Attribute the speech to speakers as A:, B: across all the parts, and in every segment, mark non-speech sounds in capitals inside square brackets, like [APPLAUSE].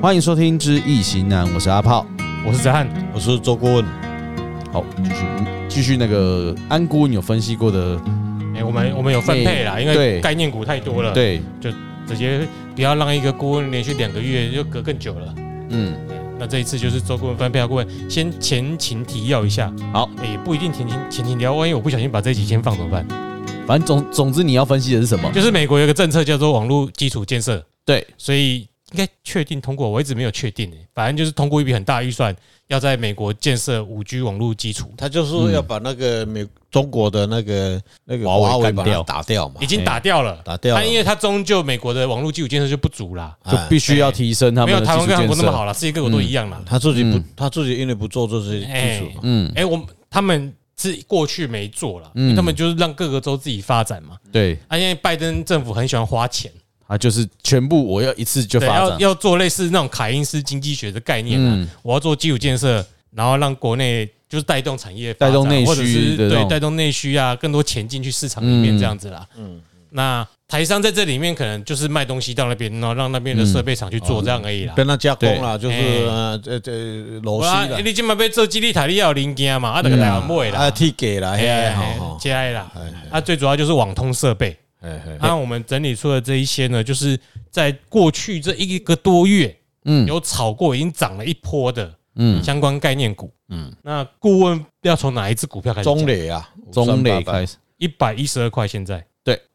A: 欢迎收听《知易行难》，我是阿炮，
B: 我是子翰，
C: 我是周顾问，
A: 好，继续继续那个安顾问有分析过的，
B: 哎、我们我们有分配啦，因
A: 对
B: 为概念股太多了，，
A: 对，
B: 直接不要让一个顾问连续两个月就隔更久了。
A: 嗯，
B: 那这一次就是周顾问分配啊，顾问先前情提要一下，
A: 好
B: 哎、也不一定前情前情提要，万一我不小心把这一集先放怎么办？
A: 反正总总之你要分析的是什么？
B: 就是美国有个政策叫做网络基础建设，
A: 对，
B: 所以应该确定通过，我一直没有确定、欸，反正就是通过一笔很大的预算，要在美国建设五 G 网络基础，
C: 他就是要把那个美中国的那个那个
A: 华为
C: 华为把
A: 干掉
C: 它打掉嘛
B: 已，
A: 哎
B: 经打掉了。
C: 打掉了
B: 但因为它终究美国的网络基础建设就不足啦，
A: 就
C: 哎
A: 必须要提升他
B: 没
A: 们
B: 有
A: 的
B: 台
A: 基
B: 湾
A: 础
B: 跟韩
A: 建
B: 国那么
A: 设。
B: 好啦，世界各国都一样啦。
C: 他自己不
A: 嗯，
C: 他自己因为不做这些基础嘛，
A: 嗯，
B: 哎、我们他们是过去没做了，
A: 嗯
B: 因为他们就是让各个州自己发展嘛。
A: 对，
B: 啊，因为拜登政府很喜欢花钱，
A: 他就是全部我要一次就
B: 对，
A: 发
B: 要
A: 展。
B: 要做类似那种凯因斯经济学的概念、啊，
A: 嗯，
B: 我要做基础建设，然后让国内就是带动产业发展，啊
A: 带动内需
B: 或者是
A: 的那
B: 对
A: 种
B: 带动内需啊，更多钱进去市场里面
A: 嗯
B: 这样子啦。嗯，那台商在这里面可能就是卖东西到那边，然后让那边的
A: 嗯
B: 设备厂去做这样而已啦。
C: 跟他加工啦，就是
B: 哎
C: 呃这这螺
B: 我
C: 丝
B: 啊，
C: 啦，
B: 你今麦要做基利塔利要零件嘛，啊，大概台湾
A: 嗯
B: 买
C: 啊
B: 啦，
C: 替给啦，哎
B: 哎
C: 呀，
B: 哎
C: 好，
B: 接下来啦。
C: 哎
B: 啊，最主要就是网通设备。
C: 哎
B: 那、我们整理出的这一些呢，就是在过去这一个多月，
A: 嗯
B: 有炒过已经涨了一波的
A: 嗯，
B: 相关概念股。
C: 嗯，
B: 那顾问要从哪一只股票开
C: 哎，
B: 始讲？
C: 中磊啊，
A: 中磊开
C: 始，
A: 始，
B: 一百一十二块，现在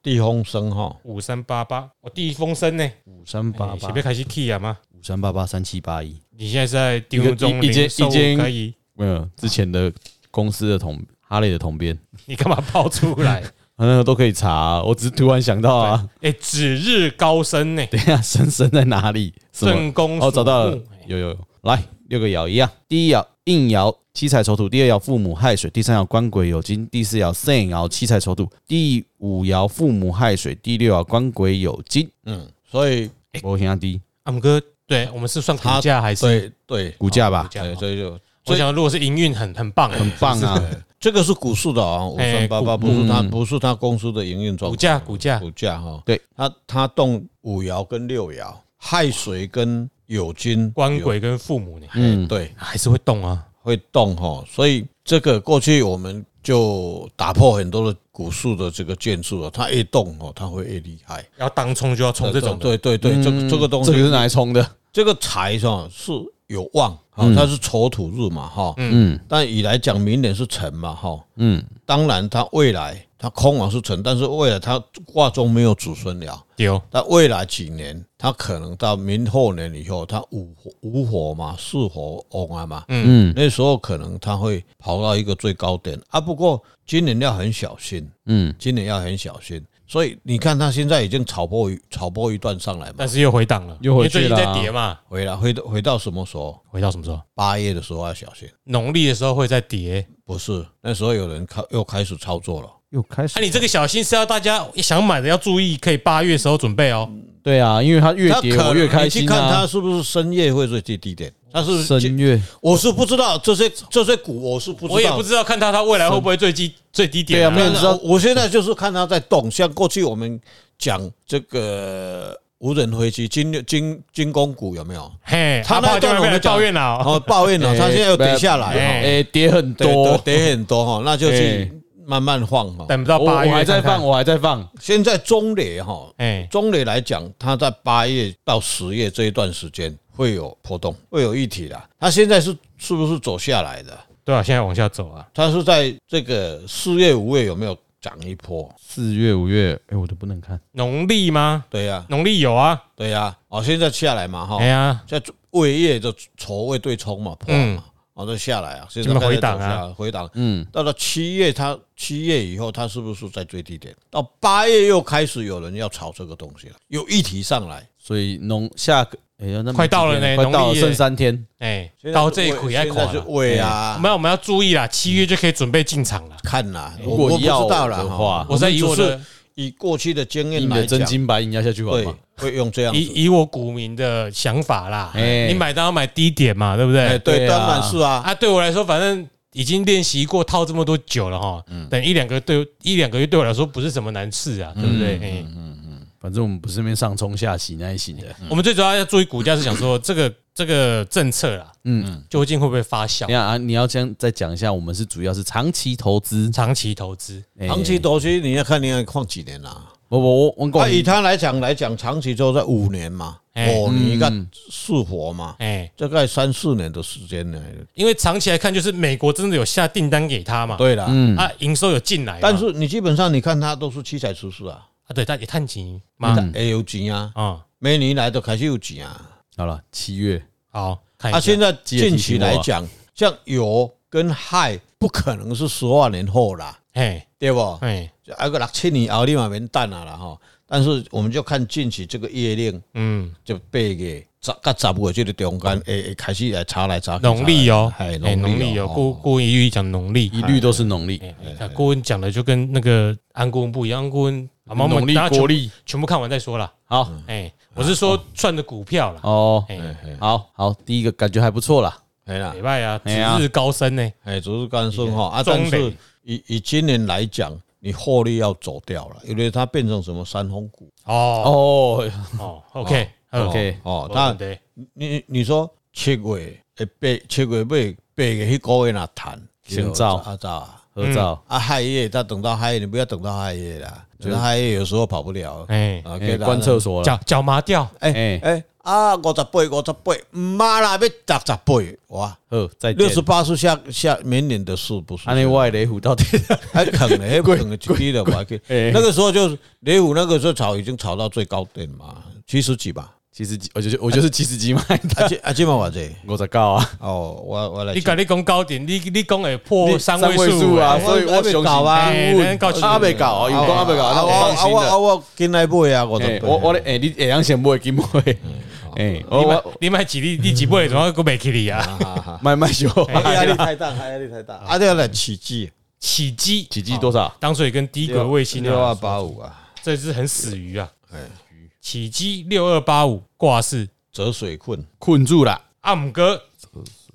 C: 地风生哈，
B: 五三八八，哦我第一风声呢，
A: 五三八
B: 哎
A: 八
B: 是要，开始 key 啊吗？
A: 五三八八三七八一，
B: 你现在是在丢中
A: 一个一
B: 零
A: 一间
B: 收
A: 一间
B: 可以？
A: 没有之前的公司的同哈雷的同编，
B: 你干嘛爆出来？
A: 啊那个都可以查啊，我只是突然想到 [LAUGHS] 啊，
B: 哎、指日高升呢，
A: [LAUGHS] 等一下神神在哪里？什么
B: 正宫
A: 哦，找到了
B: 属木，
C: 哎
A: 有有有，来六个爻一样，第一爻应爻七彩丑土，第二爻父母亥水，第三爻官鬼酉金，第四爻肾爻七彩丑土，第五爻父母亥水，第六爻官鬼酉金。哎
C: 嗯，所以
A: 我想低
B: 阿啊姆哥，对我们是算股
C: 他
B: 价还是
C: 对对，
A: 股价吧
B: 股，价
C: 对，
B: 吗？
C: 所以就
B: 我想，如果是营运很很棒，
C: 哦
B: 欸
A: 很棒
C: [LAUGHS]
A: 啊！
C: 这个是股市的啊，五
B: 哎
C: 三八八
B: 股
C: 不是他
A: 嗯
C: 不是他公司的营运状
B: 股
C: 况，
B: 价股价
C: 股价哈，
A: 啊对，
C: 他他动五爻跟六爻，亥水跟酉金，
B: 官鬼跟父母呢，
A: 嗯，
C: 对
B: 还是会动啊。
C: 会动哈，所以这个过去我们就打破很多的股市的这个建筑了，它越动哦，它会越厉害。
B: 要当冲就要冲这种的，
C: 对对对，对这个这个东
A: 嗯这个
C: 西，
A: 是拿来冲的，
C: 这个财哈是有旺啊，它是丑土日嘛哈，
A: 嗯
C: 但以来讲明年是辰嘛哈，
A: 嗯，
C: 当然它未来它空啊亡是辰，但是未来它卦中没有子孙了。
B: 丢
C: 那未来几年，他可能到明后年以后，他五火五火嘛，四火翁啊嘛，
A: 嗯
C: 那时候可能他会跑到一个最高点啊。不过今年要很小心，
A: 嗯，
C: 今年要很小心。所以你看，他现在已经炒波一炒波一段上来嘛
B: 但，是又回档了，
A: 又回
B: 因为最
A: 去
B: 近
A: 了啊
B: 在跌嘛，
C: 回来回到回到什么时候？
B: 回到什么时候？
C: 八月的时候要小心，
B: 农历的时候会在跌。
C: 不是那时候有人开又开始操作了。
A: 又开始
B: 啊那你这个小心是要大家想买的要注意，可以八月时候准备哦。
A: 对啊，因为它越
C: 他
A: 跌
C: 可
A: 我
C: 能
A: 越开
C: 你去
A: 心
C: 看他
A: 啊，
C: 是不是深夜会最低低点？他是不是
A: 深月
C: 我是不知道这些这些股，我是不知道。
B: 我也不知道看到它未来会不会最低最低点、
A: 对啊没有人知道
C: 我我现在就是看它在动，像过去我们讲这个无人飞机军军军工股有没有？
B: 嘿，
C: 他
B: 哎他
C: 那
B: 怕就
C: 一段我
B: 会
C: 们
B: 被
C: 讲
B: 抱怨了哦。
C: 哦，
B: [LAUGHS]
C: 抱怨了，它现在又跌下来，哦
B: 哎
A: 哎，跌很
C: 对对
A: 多，
C: 跌很多哦哈，那就
A: 哎
C: 去慢慢放哈。
B: 等不到
A: 我
B: 八月
A: 哦我还在
B: 看看
A: 放，。我还在放，
C: 现在中磊哈，
B: 哎，
C: 中磊来讲，它在八月到十月这一段时间会有波动，会有议题啦。它现在是是不是走下来的？
B: 对啊，现在往下走啊。
C: 它是在这个四月五月有没有涨一波？
A: 四月五月，哎，我都不能看，
B: 农历吗？
C: 对呀、
B: 农历有啊。
C: 对呀、哦，现在下来嘛哈。
B: 哎呀，
C: 在位月的筹位对冲嘛，破
B: 嗯
C: 嘛，哦，那下来啊，现
B: 这
C: 在
B: 么回档啊
C: 开始走下来，回档。
A: 嗯。
C: 到了七月，它七月以后，它是不是在最低点？到八月又开始有人要炒这个东西了，有议题上来。
A: 所以农下个哎呀，那么
B: 快到了呢
A: 几天快到
B: 农
A: 了，
B: 历耶
A: 剩三天。
B: 哎
C: 现，在
B: 到
C: 是
B: 这一
C: 位
B: 苦也垮
C: 现在是
B: 了。哎
C: 位啊，
B: 没有，我们要注意啦，七月就可以准备进场了。
C: 看啦，
A: 如
C: 我
A: 果
C: 我不知
A: 要
C: 道啦
A: 的
C: 哈
A: 话，
B: 我在以我
C: 们只是
B: 的
C: 以过去的经验
A: 你
C: 来
A: 的
C: 讲
A: 真，金白银要下去玩
C: 对
A: 嘛？，
C: 会用这样
A: [LAUGHS]
C: 子。
B: 以以我股民的想法啦，
A: 哎
B: 你买当然买低点嘛，对不
C: 哎，
B: 对？
C: 对，
A: 对啊
C: 当然是啊，
B: 啊，对我来说，反正已经练习过套这么多
C: 嗯嗯
B: 久了哈，等一两个对一两个月对我来说不是什么难事啊，对不对？哎，
A: 反正我们不是那边上冲下洗那一型的。
C: 嗯
B: 我们最主要要注意股价是想
C: [COUGHS]
B: 说这个这个政策啦，
A: 嗯
B: 嗯，究竟会不会发酵
A: 你？看啊，你要先再讲一下，我们是主要是长期投资，
B: 长期投资，
A: 哎
C: 长期投资你要看你要放几年啦、啊。
A: 我我我
C: 那
A: 讲
C: 以他来讲来讲，长期都在五年嘛，
B: 哎
C: 哦，你看是活嘛，
B: 哎，
C: 大概三四年的时间呢。
B: 因为长期来看，就是美国真的有下订单给他嘛，
C: 对啦，
B: 啊，营收有进来嘛，
C: 但是你基本上你看他都是七彩出世啊，
B: 啊，对，他也探钱嘛，
C: 也有钱啊，
B: 啊，
C: 每年来都开始有钱啊。
A: 好了，七月
B: 好，看
C: 啊，
B: 一下
C: 现在近期来讲，像油跟氦不可能是十万年后啦，
B: 哎
C: 对不？
B: 哎，
C: 挨个六七年后你嘛免等啊啦吼。但是我们就看近期这个月令，
B: 嗯，
C: 就八月、十甲十月这个中间，会会开始来查来查去
B: 农历哦，
C: 查来
B: 哎，
C: 查去哎，
B: 农历哦，顾顾问一律讲农历，
A: 一律都是农历，
B: 哎，那顾问讲的就跟那个安顾问不一样，安顾问啊，我们
A: 农历
B: 大家全
A: 国历
B: 全部看完再说啦。
A: 好
B: 哎，我是说赚的股票啦，
A: 哦，
B: 哎，
C: 哎
A: 好好，第一个感觉还不错啦，
C: 哎啦
B: 礼，拜啊，
A: 哎呀
B: 指日高升呢，
C: 哎，只是干顺哈啊，
B: 中
C: 但
B: 磊
C: 是以以今年来讲，你获利要走掉了，因为它变成什么三红股
B: 哦
A: 哦
B: 哦，OK
A: 哦
B: OK，
A: ，OK，
C: 哦，
B: 那
C: 那
B: 对，
C: 你你说七月诶八七月尾八月迄个月若谈，
A: 先造
C: 啊造啊。
A: 合照
C: 啊，亥月，他等到亥月，你不要等到亥月啦，等到亥月有时候跑不了
B: 哎，
C: 啊，
A: 哎
C: 给
A: 关厕，所了，
B: 脚脚麻掉，
A: 哎
C: 哎哎啊，五十八，五十八，妈啦，要六十八，哇，
A: 呃，再
C: 六
A: 见
C: 十。八是下下明年的事，不是
A: 安？尼我的雷虎到底？
C: 还哎啃了，还啃了几滴了，我还可以。
A: 哎
C: 那个时候就是雷虎，那个时候炒已经炒到最高点嘛，七十
A: [LAUGHS]
C: 几吧。
A: 七十几，我就是我就是七十几买的，
C: 啊，今啊，今晚我这
A: 我在告啊，
C: 哦，我我来
B: 你。讲你讲高点，你哎你讲会破三位
A: 数
B: 数
A: 啊，
B: 哎
A: 所以我想
C: 搞啊
B: 哎咱到时
A: 阿未搞啊，有讲阿未搞，
C: 啊
A: 那
C: 我
A: 我放
C: 啊
A: 心
C: 我啊
A: 了。
C: 我进来买啊，我
A: 哎，我我咧，哎，你会样先买金买，哎，我
B: 你买
A: 我
B: 你买几粒，你几倍，然后个没起你啊？
A: 买买小，
C: 压力哎
A: 哎
C: 太大，压力太大。啊，对了，奇迹
B: 起机，
A: 几 G 多少？
B: 当初也跟低轨卫星
C: 六二
B: 啊，
C: 八五啊，
B: 这只很死鱼啊
C: 哎。
B: 起机六二八五挂饰，
C: 折水困，
A: 困住了。
B: 啊姆哥，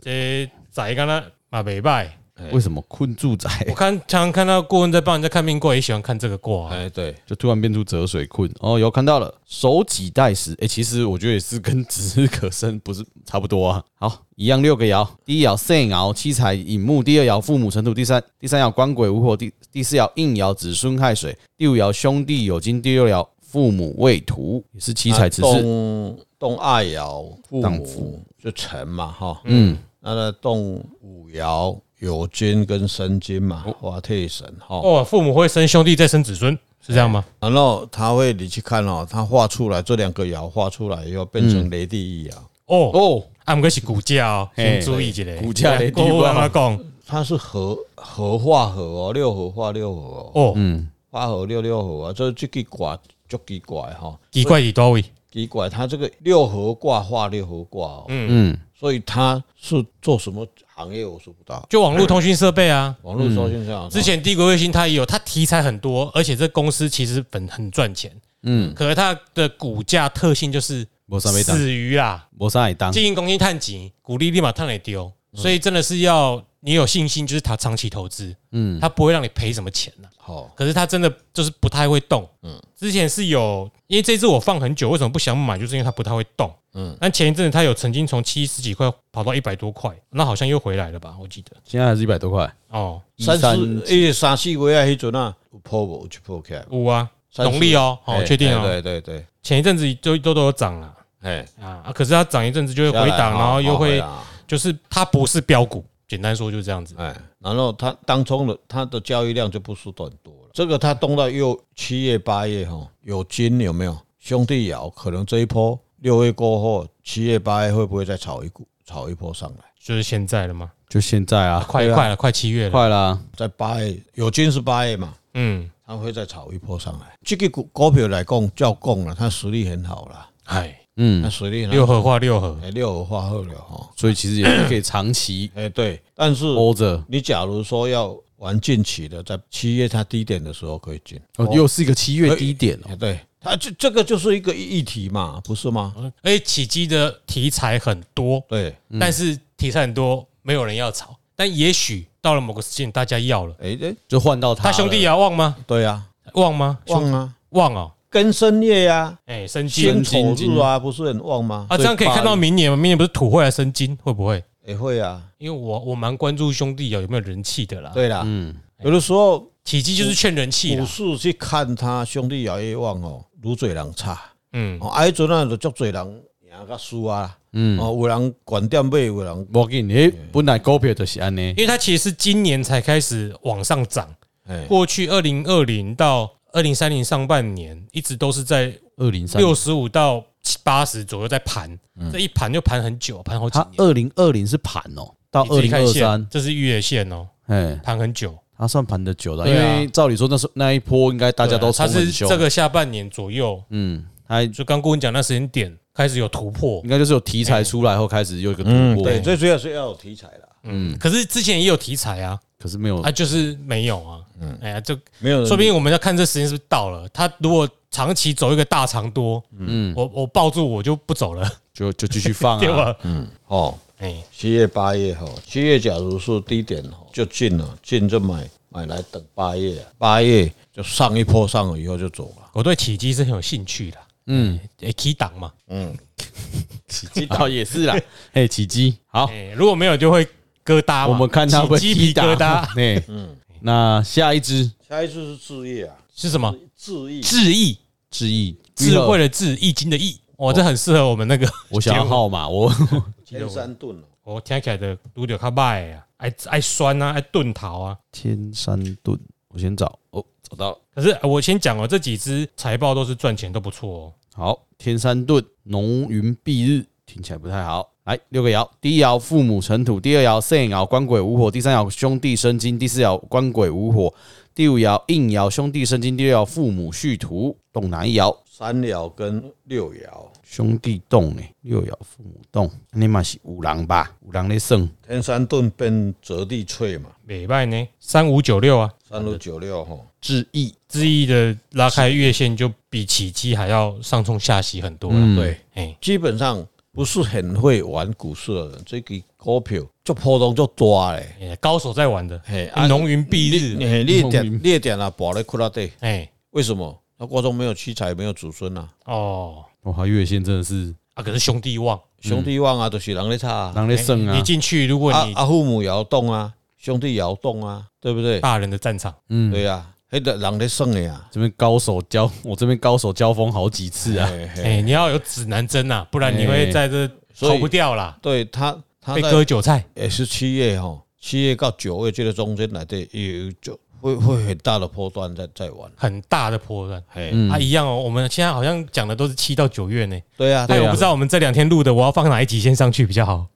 B: 这仔刚刚嘛没拜，
A: 为什么困住宅
B: 我看常常看到顾问在帮人家看命卦，也喜欢看这个卦啊。
C: 哎，对，
A: 就突然变出折水困？哦，有看到了，守己待时。哎，其实我觉得也是跟 [LAUGHS] 指日可生不是差不多啊。好，一样六个爻，第一爻肾爻七财引木，第二爻父母尘土，第三第三爻官鬼无火，第第四爻应爻子孙亥水，第五爻兄弟有金，第六爻父母未土，也是七彩指
C: 啊
A: 示。
C: 动动二爻父
A: 荡妇
C: 母就辰嘛哈，
A: 嗯，
C: 那个动五爻酉金跟申金嘛，
A: 哦
C: 化退神哈。
B: 哦，父母会生兄弟，再生子孙，是这样
A: 哎
B: 吗？
C: 然后他会你去看哦，他画出来这两个爻画出来以后变成雷地一爻，
B: 哦，
A: 哦，
B: 啊姆哥是股价哦，
A: 嘿
B: 请注意一下。
A: 股价的地方啊
B: 顾问阿讲，
C: 它是合合化合哦，六合化六合哦，
B: 哦，
A: 嗯
C: 化合六六合啊，这这个卦就奇怪哈、
B: 奇怪是多位，
C: 奇怪，它这个六合卦画六合卦哦，
A: 嗯，
C: 所以它是做什么行业我说不到，
B: 就网络通讯设备啊。
C: 网络搜寻
A: 嗯
C: 上
B: 之前帝国卫星它也有，它题材很多，而且这公司其实本很赚钱。嗯，可是它的股价特性就是
A: 没啥没当，
B: 死鱼啊啦，
A: 没啥没当。
B: 经营公司探钱，股利立马探来丢，所以真的是要你有信心，就是它长期投资，嗯，它不会让你赔什么钱呐、
C: 好。
B: 可是它真的就是不太会动，嗯，之前是有，因为这只我放很久，为什么不想买，就是因为它不太会动，嗯，但前一阵子它有曾经从七十几块跑到一百多块，那好像又回来了吧，我记得，
A: 现在还是一百多块，
B: 哦，
A: 13
C: 三四诶三四月啊，迄阵啊，有破无有去破起来，
B: 五啊，
C: 三十
B: 农历哦，哦，
C: 嘿
B: 确定哦，
C: 对对对，
B: 前一阵子就都都有涨了
C: 哎，
B: 啊，啊可是它涨一阵子就会哦回
C: 下
B: 档，
C: 来
B: 然后又，会
C: 好好回
B: 就是它不是标股，简单说就是这样子。
C: 档哎，然后它当中的它的交易量就不是很多了。这个它动到又七月八月哈，有金有没有兄弟爻？可能这一波六月过后，七月八月会不会再炒一股，炒一波上来？
B: 就是现在了吗？
A: 就现在啊，
B: 快快了，快七月了。
A: 快啦，
C: 在八月有金是八月嘛，
B: 嗯，
C: 它会再炒一波上来。这个股股票来讲，叫供了，它实力很好了，
B: 哎，
A: 嗯
C: 它，实力很好
B: 六合化六合，
C: 哎六合化后了哈。
A: 所以其实也是可以长期
C: [COUGHS] 哎、对，但是
A: 欧着。
C: 你假如说要玩近期的，在七月它低点的时候可以进。
A: 哦，又是一个七月低点哦，
C: 哎，对，它这这个就是一个议题嘛，不是吗？
B: 而且哎起基的题材很多，
C: 对，
B: 但是题材很多，没有人要炒。但也许到了某个时间，大家要了。
C: 哎、对，
A: 就换到他
B: 他
A: 了
B: 兄弟，啊，旺吗？
C: 对啊，
B: 旺吗？
C: 旺啊，
B: 旺哦，
C: 根深叶啊，
B: 哎，生金
C: 辛丑日啊，不是很旺吗？
B: 啊，这样可以看到明年吗？明年不是土会来生金，会不会？
C: 也会啊，
B: 因为我我蛮关注兄弟啊有有没有人气的啦，
C: 对啦，
A: 嗯，
C: 有的时候
B: 体积就是劝人气
C: 股
B: 啦。
C: 市去看它，兄弟摇越旺哦，愈侪人差，
B: 嗯，
C: 哦，啊，迄阵啊就足侪人赢甲输啊，嗯，哦，有人管店买，有人，
A: 我给你，本来股票就是安尼
B: 因，为它其实是今年才开始往上涨，
C: 哎，
B: 过去二零二零到二零三零上半年一直都是在
A: 二零三嗯
B: 六十五到八十左右在盘，这一盘就盘很久，盘好几
A: 它
B: 年。
A: 二零二零是盘哦，到
B: 你
A: 二
B: 自己
A: 零
B: 看
A: 二
B: 线
A: 三，
B: 这是月线哦，
A: 哎，
B: 盘很久。
A: 它算盘的久了，因
B: 对啊
A: 为照理说那时候那一波应该大家
B: 对
A: 都
B: 啊它
A: 冲
B: 是
A: 很凶
B: 这，个下半年左右，
A: 嗯，它
B: 就刚顾问讲那时间点开始有突破
A: 应。该就是有题材出来后开始又一个突破，
C: 对，最主要是要有题材啦，
B: 嗯，可是之前也有题材啊，
A: 可是没有
B: 啊，就是没有啊。嗯，哎呀，就
C: 没有人，
B: 说不定我们要看这时间是不是到了。他如果长期走一个大长多，嗯，我我抱住我就不走了，
A: 就就继续 [LAUGHS] 放
B: 对
A: 啊，
B: 吧？
C: 哦，
B: 哎，
C: 七月八月吼，七月假如是低点吼，就进了，进就买，买来等八月啊，八月就上一波上了以后就走了。
B: 我对体积是很有兴趣的。嗯，哎，key 档嘛，
A: 奇迹哦也是 [LAUGHS] 啦，哎，奇迹好，
B: 哎，如果没有就会疙瘩嘛。
A: 我们看它会
B: 起鸡皮
A: [LAUGHS]
B: 疙瘩
A: 哎，那下一支
C: 下一次是置业啊，
B: 是
A: [LAUGHS]
B: 什么？
C: 置业
B: 智易，
A: 智易
B: 智慧
A: 了，
B: 的智，易经的易。哇，这很适合我们那个。
A: [LAUGHS] 我想要号码，我
C: 天山盾哦，
B: 我听起来的都得较歹啊，爱爱酸啊，爱钝桃啊。
A: 天山盾，我先找哦，找到了。
B: 可是我先讲哦，这几只财报都是赚钱，都不错哦。
A: 好，天山遁，浓云蔽日，听起来不太好。来六个爻，第一爻父母成土，第二爻肾爻官鬼无火，第三爻兄弟生金，第四爻官鬼无火，第五爻应爻兄弟生金，第六爻父母续土，动哪一爻？
C: 三爻跟六爻，
A: 兄弟动呢、六爻父母动，你嘛是五郎吧？五郎咧胜，
C: 天山盾变折地翠嘛，
B: 美拜呢，三五九六啊，
C: 三六九六吼，
A: 智易
B: 之一的拉开月线就比起基还要上冲下洗很多了。
C: 对，
A: 嗯
B: 哎、
C: 基本上不是很会玩股市的人，这个股票就波动就大嘞，
B: 哎高手在玩的，
C: 嘿啊
B: 浓云蔽日，
C: 嘿你点你点啊，bỏ 在裤拉底，
B: 哎、
C: 为什么？他国中没有七彩，没有祖孙啊，
B: 哦
A: 哇，月线真的是
B: 啊，可是兄弟旺，
C: 兄弟旺啊，都是人在差啊。
A: 人咧胜
B: 哎
A: 啊
B: 你！进去，如果
C: 啊
B: 你
C: 啊，父母也要动啊，兄弟也要动啊，对不对？
B: 大人的战场，
A: 嗯，
C: 对啊，迄个人咧算的啊呀、
A: 这边高手交，我这边高手交锋好几次啊！
C: 啊嘿嘿。
B: 哎、你要有指南针啊，不然你
A: 哎
B: 会在这
C: 所以
B: 逃不掉啦，
C: 对他，他
B: 被
C: 在
B: 割韭菜。
C: 也是七月吼，七月到九月这个中间来的有就会会很大的波段在在玩。
B: 很大的波段，
C: 嘿，
A: 嗯
B: 啊，一样哦。我们现在好像讲的都是七到九月呢，
C: 对啊，
B: 但
C: 对
B: 我
C: 啊
B: 不知，道我们这两天录的，我要放哪一集先上去比较好，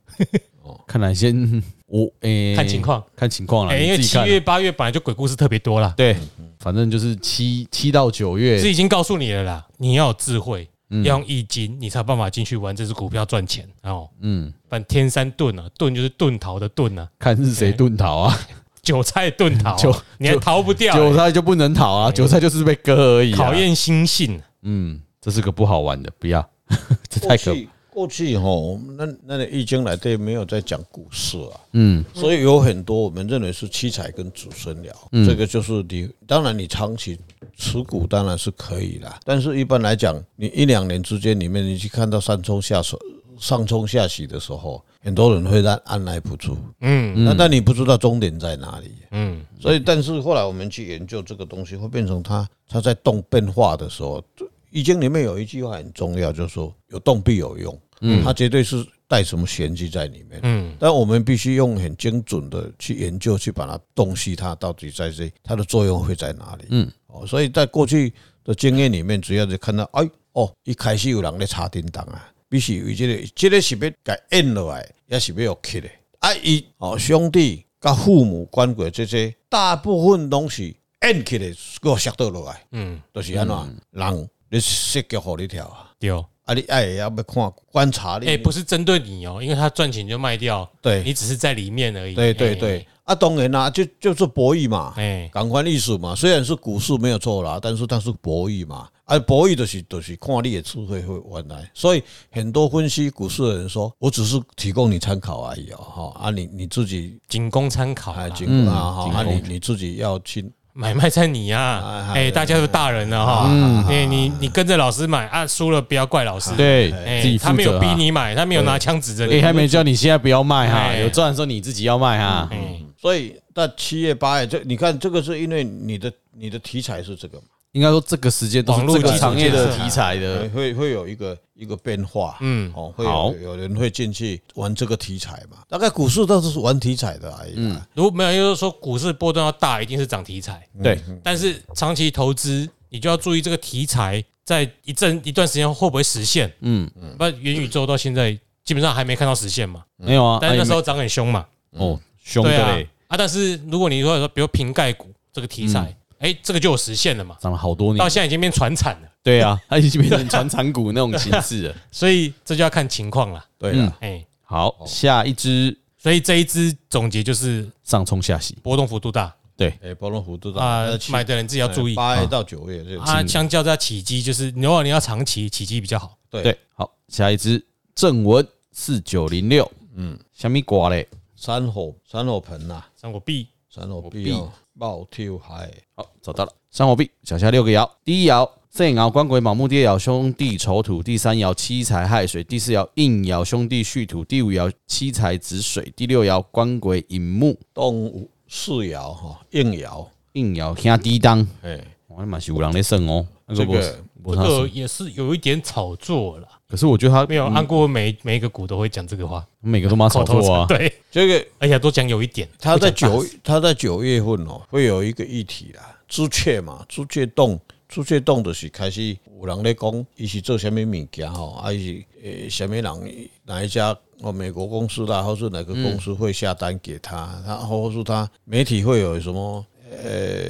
A: 看来先我诶，
B: 看情况。
A: 看情况了，
B: 哎，
A: 你
B: 因为
A: 自己
B: 七
A: 看啊
B: 月八月本来就鬼故事特别多啦，
A: 对，反正就是七七到九
B: 是
A: 月，
B: 已经告诉你了啦，你要有智慧，要用易经，你才有办法进去玩这只股票赚钱哦。
A: 嗯，
B: 反正天山遁啊，遁就是遁逃的遁啊，
A: 看是谁遁逃啊，
B: 韭菜遁逃
A: 韭
B: 啊，你还逃不掉
A: 韭
B: 欸，
A: 菜就不能逃啊，韭菜就是被割而已、啊。
B: 考，验心性。
A: 嗯，这是个不好玩的，不要， [LAUGHS] 这
C: 过
A: 太可，
C: 去过去吼，那那个易经来对没有在讲股市啊，
A: 嗯，
C: 所以有很多我们认为是七彩跟祖孙爻，
A: 嗯
C: 这个就是你，当然你长期持股当然是可以啦，但是一般来讲，你一两年之间里面，你去看到上冲下手、上冲下洗的时候，很多人会按按耐不住，
B: 嗯
C: 那但你不知道终点在哪里，
B: 嗯，
C: 所以但是后来我们去研究这个东西，会变成它它在动变化的时候，易经里面有一句话很重要，就是说有动必有用，嗯，它绝对是带什么玄机在里面，
B: 嗯，
C: 但我们必须用很精准的去研究，去把它洞悉它到底在这它的作用会在哪里，嗯，哦，所以在过去的经验里面，只要是看到哎哦，一开始有人在查叮当啊，必须有这个这个是要改印落来，也是要有起的。啊，伊哦兄弟甲父母关过这些，大部分拢是按起来，个摔倒落来，
B: 嗯，
C: 就是安怎、人你设计互你跳啊，
B: 对哦。
C: 啊你爱也要要看观察
A: 嗯
C: 你，
B: 哎，不是针对你哦，因为他赚钱就卖掉，你
C: 对
B: 只是在里面而已。
C: 对对
B: 哎
C: 对，，啊当然啦、就就是博弈嘛，
B: 哎，
C: 感官意识嘛，虽然是股市没有错啦，但是它是博弈嘛，啊博弈就是就是看你的智慧会玩来，所以很多分析股市的人说，我只是提供你参考而已哦，哈啊你你自己
B: 仅供参考啦。
C: 哎，警官啊，
A: 嗯
C: 哈，
A: 警
C: 啊
A: 工
C: 你你自己要去
B: 买卖在你
A: 啊
C: 哎
B: 呀，
C: 哎
B: 哎，大家都大人了哈，
A: 嗯
B: 你你你跟着老师买啊，输了不要怪老师，
A: 对
B: 哎，
A: 自己
B: 他
A: 负
B: 没有
A: 责
B: 逼
A: 啊。
B: 你买，他没有拿枪指着
A: 哎，
B: 你，
A: 还没叫你现在不要卖哈，
B: 哎
A: 有赚的时候你自己要卖哈。
B: 哎，
C: 所以到七月八月，这你看这个是因为你的你的题材是这个嘛，
A: 应该说这个时间都是
B: 网络
A: 这个
B: 基础
A: 行业的
B: 建设啊
A: 题材
C: 会
A: 的，
C: 会会有一个一个变化，
B: 哎嗯
C: 哦，会
A: 好
C: 有有人会进去玩这个题材嘛，大概股市都是玩题材的而已啦，
B: 如果没有，也就是说股市波动要大，一定是涨题材，
A: 对，
B: 但是长期投资，你就要注意这个题材在一阵一段时间会不会实现。
A: 嗯，
B: 不然元宇宙到现在基本上还没看到实现嘛，
A: 没有啊，
B: 但是那时
A: 候
B: 候涨很凶嘛，
A: 哦，凶
B: 对
A: 的
B: 啊
A: 嘞，
B: 啊，但是如果你说说比如瓶盖股这个题
C: 嗯
B: 材，哎，这个就有实现了嘛，
A: 涨了好多
B: 到
A: 年，
B: 现在已经变传产了，哎
A: 对啊，它已经变成传产股那种形式了。
B: 所以这就要看情况了，
C: 对
A: 嗯
C: 啦，
B: 哎，
A: 好，下一只
B: 所以这一支总结就是
A: 上冲下洗，
B: 波动幅度大
A: 对，
C: 哎，波动幅度大
B: 啊，买的人自己要注意
C: 哎八月到九月这个
B: 啊，相较在起基就是如果你要长期起基比较好，
C: 对
A: 对，好，下一只正文四九零六，嗯
C: 嗯，
A: 虾米瓜嘞？
C: 山火山火盆呐，
B: 像我 B
C: 山火币哦，暴跳海，
A: 好，找到了，三火币，脚下六个爻，第一爻正爻官鬼卯木，第二爻兄弟丑土，第三爻七财亥水，第四爻应爻兄弟戌土，第五爻七财子水，第六爻官鬼寅木，
C: 动物四爻哈，应爻，
A: 应爻兄弟当，
C: 哎，
A: 我嘛是有人在胜哦，那
C: 这
A: 个不
C: 个
A: 是，不
B: 这
A: 是他
B: 个
A: 胜，
B: 也是有一点炒作了，
C: 嗯
A: 可是我觉得他
B: 没有按过每每一个股都会讲这个话，
A: 每个都蛮炒
B: [LAUGHS] 口头
A: 作
B: 禅
A: 啊，
B: 对，
C: 这个
B: 而且都讲有一点，
C: 他在
B: 不讲大
C: 九他在九月份哦，会有一个议题啦，朱雀嘛，朱雀洞，朱雀洞就是开始有人咧讲，伊是做什么物件吼，啊，伊是诶什么人哪一家哦，美国公司啦，或是哪个公司会下单给他，他或是他媒体会有什么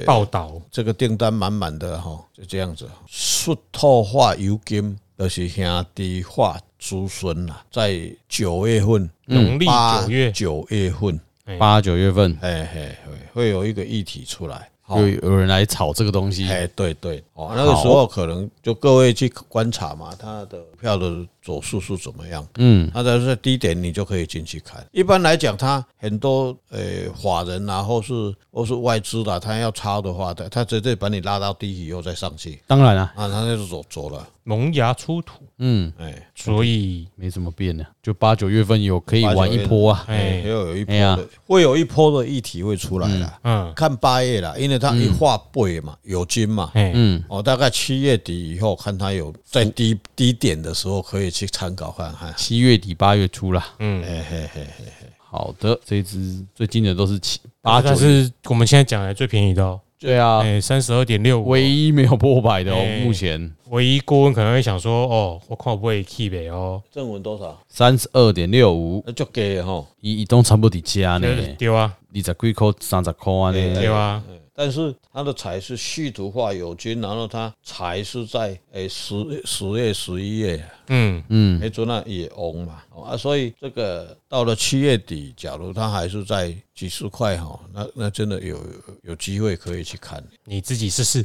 B: 报道，
C: 这个订单满满的哈，就这样子，术透化油金。就是兄弟化子孙啦，在九月份，
B: 农历九月，
C: 九月份，
A: 八九月份
C: 哎嘿，会会有一个议题出来。好
A: 有有人来炒这个东西，
C: 哎，对对，哦，那个时候可能就各位去观察嘛，它的股票的走势是怎么样。
A: 嗯，
C: 它在这低点，你就可以进去看。一般来讲，它很多呃法人啊，或是或是外资啦、它要抄的话，它它绝对把你拉到低以后再上去
A: 当然啊，
C: 啊，它就走走了。
B: 萌芽出土，
A: 嗯，
C: 哎，
B: 所以
A: 没什么变的，就八九月份有可以玩一波啊，
B: 哎
C: 哎，又有一波
A: 哎呀
C: 的，会有一波的议题会出来啦。
B: 嗯
C: 看八月啦，因为它一化背嘛，有金嘛，
B: 哎
A: 嗯，
C: 哦，大概七月底以后，看它有在低低点的时候，可以去参考看看。
A: 七月底八月初啦。
B: 嗯，
C: 嘿嘿嘿，
A: 好的，这一只最近的都是七八
B: 啊，
A: 九
B: 但
A: 月，
B: 是我们现在讲的最便宜的哦，
A: 对啊，
B: 哎，三十二点六五，
A: 唯一没有破百的哦，
B: 哎
A: 目前
B: 唯一顾问可能会想说，哦，我看我不会 keep 的哦，
C: 正文多少？
A: 三十二点六五，
C: 呃那就给哈，
A: 一一栋差不多底价呢，
B: 丢啊，
A: 二十几块、三十块啊呢，
B: 丢啊，
C: 但是它的财是续图化有金，然后它财是在诶十十月十一月，
B: 嗯，
A: 嗯，
C: 哎，阵那也翁嘛，哦啊，所以这个到了七月底，假如它还是在几十块哈，那那真的有有机会可以去看。
B: 你自己试试，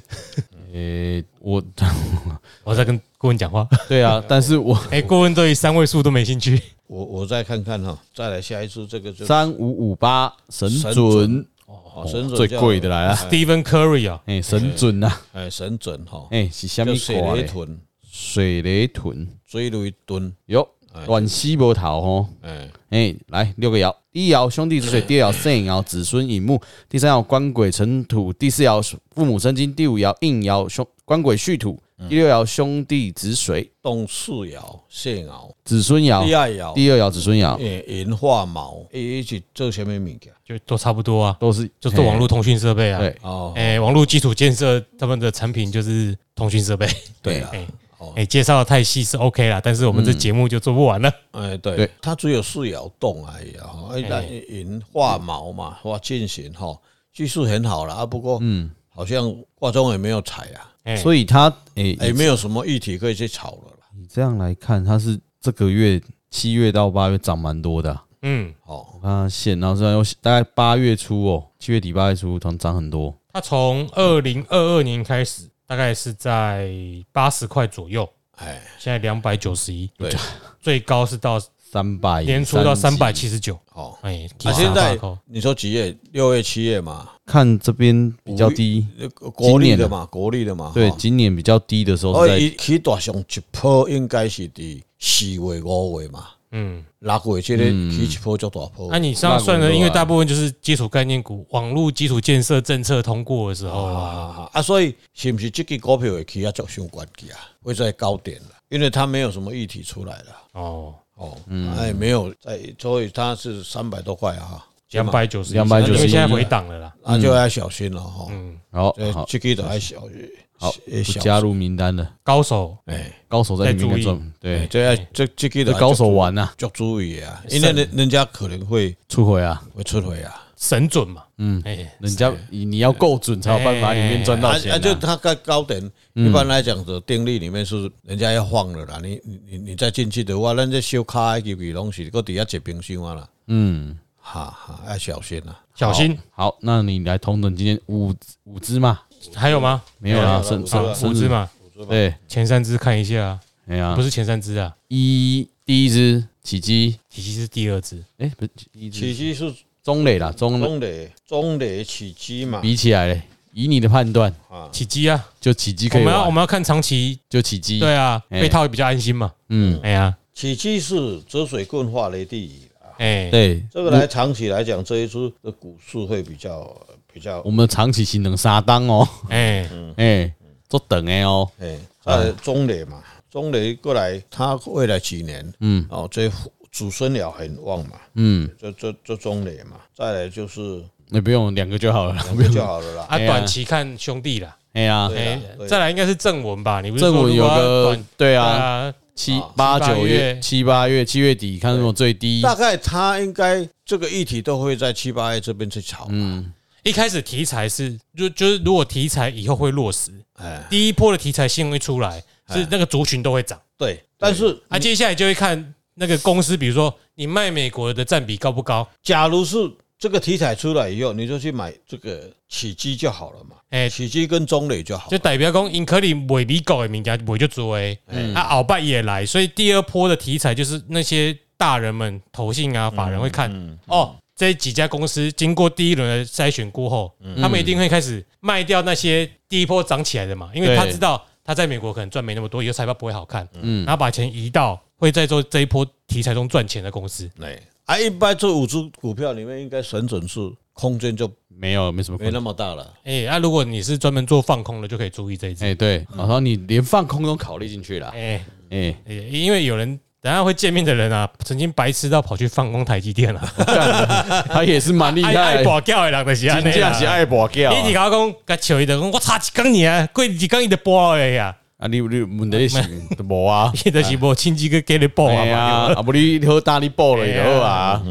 A: 诶，我 [LAUGHS]
B: 我在跟顾问讲话，
A: 对啊，但是
B: [LAUGHS]
A: 我
B: 哎，顾问对三位数都没兴趣，
C: 我我再看看哈，再来下一次这个就
A: 三五五八神准
C: 神准哦神准
A: 最
C: 叫
A: 贵的来啊，
B: Stephen Curry 啊，
A: 诶，神准啊，
C: 哎神准哈，
A: 诶，是虾
C: 叫
A: 米
C: 水
A: 款
C: 雷
A: 嘞？
C: 屯。
A: 水雷屯
C: 水雷屯，
A: 哟
C: 哎，
A: 短西波头吼。
C: 哎，
A: 哎，来六个爻：第一爻兄弟子水，第二爻圣爻子孙引木，第三爻官鬼成土，第四爻父母生金，第五爻应爻兄官鬼戌土，第六爻兄弟子水，
C: 动四爻、四爻、
A: 子孙
C: 第
A: 爻，
C: 二爻，
A: 第二爻子孙爻
C: 诶，银化毛，诶，一起做什么物件？
B: 就都差不多啊，
A: 都是
B: 就是网络通讯设备啊，
A: 哎对
C: 哦，
B: 哎，网络基础建设他们的产品就是通讯设备，
C: 对
A: 啊
C: 啦，
B: 哎
C: 哦
B: 哎，介绍的太细是 OK 啦，但是我们
A: 嗯
B: 这节目就做不完了，
C: 哎，
A: 对
C: 对，它只有四爻动而已啊，哈哎，那银化毛嘛，化进行哈，技术很好了啊，不过，嗯，好像挂钟也没有踩啊，
B: 哎，
A: 所以他哎，
C: 也没有什么议题可以去炒了啦，
A: 你这样来看，他是这个月七月到八月涨蛮多的啊，
B: 嗯。
C: 哦，
A: 我看他线，然后虽然有大概八月初哦，七月底八月初涨涨很多，
B: 它从二零二二年开始，大概是在八十块左右，
C: 哎，
B: 现在两百九十一，
C: 对，
B: 最高是到
A: 三百
B: 年初到三百，七十九，
C: 哦，
B: 哎，
C: 啊，现在
B: 300块
C: 你说几月？六月、七月嘛，
A: 看这边比较低，
C: 呃国历
A: 今年
C: 的
A: 啊
C: 嘛，国历的嘛，
A: 对，
C: 哦
A: 今年比较低的时候
C: 哦，
A: 是在
C: 伊起大上一波应该是伫四月、五月嘛，
B: 嗯，
C: 六月这个起一波叫大波
A: 啊
B: 那、。你上算呢？因为大部分就是基础概念股、网络基础建设政策通过的时候啊，
C: 啊啊，所以是不是这支股票会起啊足相关去啊？会在高点了，因为它没有什么议题出来了。
B: 哦，
C: 哦，
A: 嗯
C: 哎，没有在，所以它是三百多块啊，
B: 两百九十，
A: 291
B: 因为现在回档了啦，
C: 那就要小心了哈。
B: 嗯，
A: 好
C: 这
A: 嗯好
C: 这个都要小心，
A: 好
C: 要
A: 不
C: 小
A: 加入名单了，
B: 高手
C: 哎，
A: 高手在里面
B: 再注
A: 该
B: 意
A: 赚，对，
C: 这要这这个
A: 这
C: 的
A: 高手玩呐，
C: 要啊注意啊，因为人人家可能会
A: 出回啊，
C: 会出回啊。
B: 神准嘛，
A: 嗯，
B: 哎、
A: 人家你你要够准才有办法里面赚到钱啊，
C: 啊啊就它在高点，一般来讲的定律里面是人家要放了啦。你你你你再进去的话，咱这小卡的机拢是搁底下一冰箱啊啦，
A: 嗯，
C: 哈哈，要小心啊。
B: 小心，
A: 好，那你来同等今天五五只嘛，
B: 还有吗？啊
A: 没有
C: 没有
A: 啦，
C: 了
A: 生
C: 五只
A: 生
C: 了
B: 五只，嘛，
A: 生日对，
B: 前三只看一下啊，
A: 哎呀
B: 不，是前三只啊，
A: 一第一只起鸡，
B: 体系是第二只，
A: 哎，不是第一只
C: 起鸡是
A: 中磊啦，中磊
C: 中磊，中磊起鸡嘛，
A: 比起来嘞，以你的判断，
C: 啊，
B: 起鸡啊，
A: 就起鸡
B: 我
A: 可以
B: 们要我
A: 玩，
B: 们要看长期，
A: 就起鸡，
B: 对啊，
A: 哎
B: 被套也比较安心嘛，
A: 嗯，
B: 哎呀，
C: 起鸡是折水棍化雷第一啦。
B: 哎，
A: 对，
C: 这个来长期来讲，这一支的股市会比较比较
A: 我们长期型能杀当哦，
B: 哎，
C: 嗯
A: 哎，做等哎哦，
C: 哎，呃，中磊嘛，中磊过来，它未来几年，
A: 嗯
C: 哦，这祖孙鸟很旺嘛，
A: 嗯，
C: 这这这中磊嘛，再来就是
A: 那不用两个就好了啦，
C: 两个就好了啦。
B: 啊，
A: 哎呀
B: 短期看兄弟啦，
A: 哎呀，
C: 对
B: 哎
C: 啦，对
B: 再来应该是正文吧？你不是
A: 正
B: 说
A: 文
B: 如
A: 有
B: 果要
A: 个
B: 短
A: 对
B: 对
A: 啊，
B: 啊，
A: 七
C: 啊
A: 八
B: 七八
A: 九月
B: 月
A: 七八月七月底看什么最低，
C: 大概它应该这个议题都会在七八月这边去炒，
A: 嗯，
B: 一开始题材是就就是如果题材以后会落实，
C: 哎，
B: 第一波的题材先会出来，
A: 哎
B: 是那个族群都会涨，
C: 对。但是
B: 啊，
A: 嗯
B: 接下来就会看那个公司，比如说你卖美国的占比高不高？
C: 假如是这个题材出来以后，你就去买这个起基就好了嘛，
B: 哎，
C: 起基跟中磊就好
B: 就
C: 了。
B: 代表讲，因可能卖美国的名家卖就做诶，啊，鳌拜也来，所以第二波的题材就是那些大人们投信啊、法人会看哦。这几家公司经过第一轮的筛选过后，他们一定会开始卖掉那些第一波涨起来的嘛，因为
A: 对
B: 他知道他在美国可能赚没那么多，以后财报不会好看，然后把钱移到会在做这一波题材中赚钱的公司。
C: 哎，啊，一般这五只股票里面，应该神准是空间就
A: 没有没什么
C: 没
A: 困难。
C: 那么大了。
B: 哎，那如果你是专门做放空的，就可以注意这一只。
A: 哎，对，然后你连放空都考虑进去了，
B: 哎，
A: 哎，
B: 哎因为有人等一下会见面的人啊，曾经白痴到跑去放空台积电了。
A: 干他也是蛮厉
B: 爱
A: 害
B: 爱，跋筊的人就是安尼
A: 真正是
B: 啦。
A: 爱博掉
B: 你一直甲我讲，甲笑伊就讲，我差一工尔啊，过一工伊就跋了呀，，
A: 啊！你你问题是都无啊
B: 伊就是无亲戚去给你跋
A: 哎
B: 啊嘛。
A: 呀，啊不你喝大力爆了以后啊，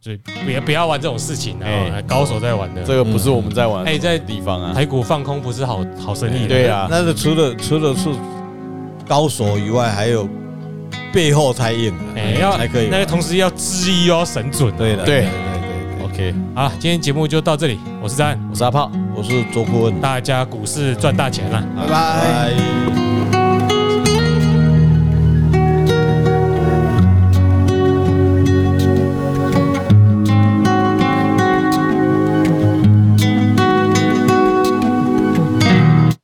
B: 所以不要不要玩这种事情啊
A: 哎，
B: 高手在玩的。
A: 这个不是我们在玩，
B: 哎在
A: 地方啊，
B: 台股放空不是好好生意。
A: 对，啊，
C: 那个除了除了是高手以外，还有背后太硬了，
B: 哎，要
C: 才可以玩。
B: 那个同时要知一哦，神准。
C: 对的，
A: 对
C: 对对对。
A: OK，
B: 好，今天节目就到这里，我是詹，
A: 我是阿炮。
C: 我是周顾问，
B: 大家股市赚大钱啦。
C: 拜拜。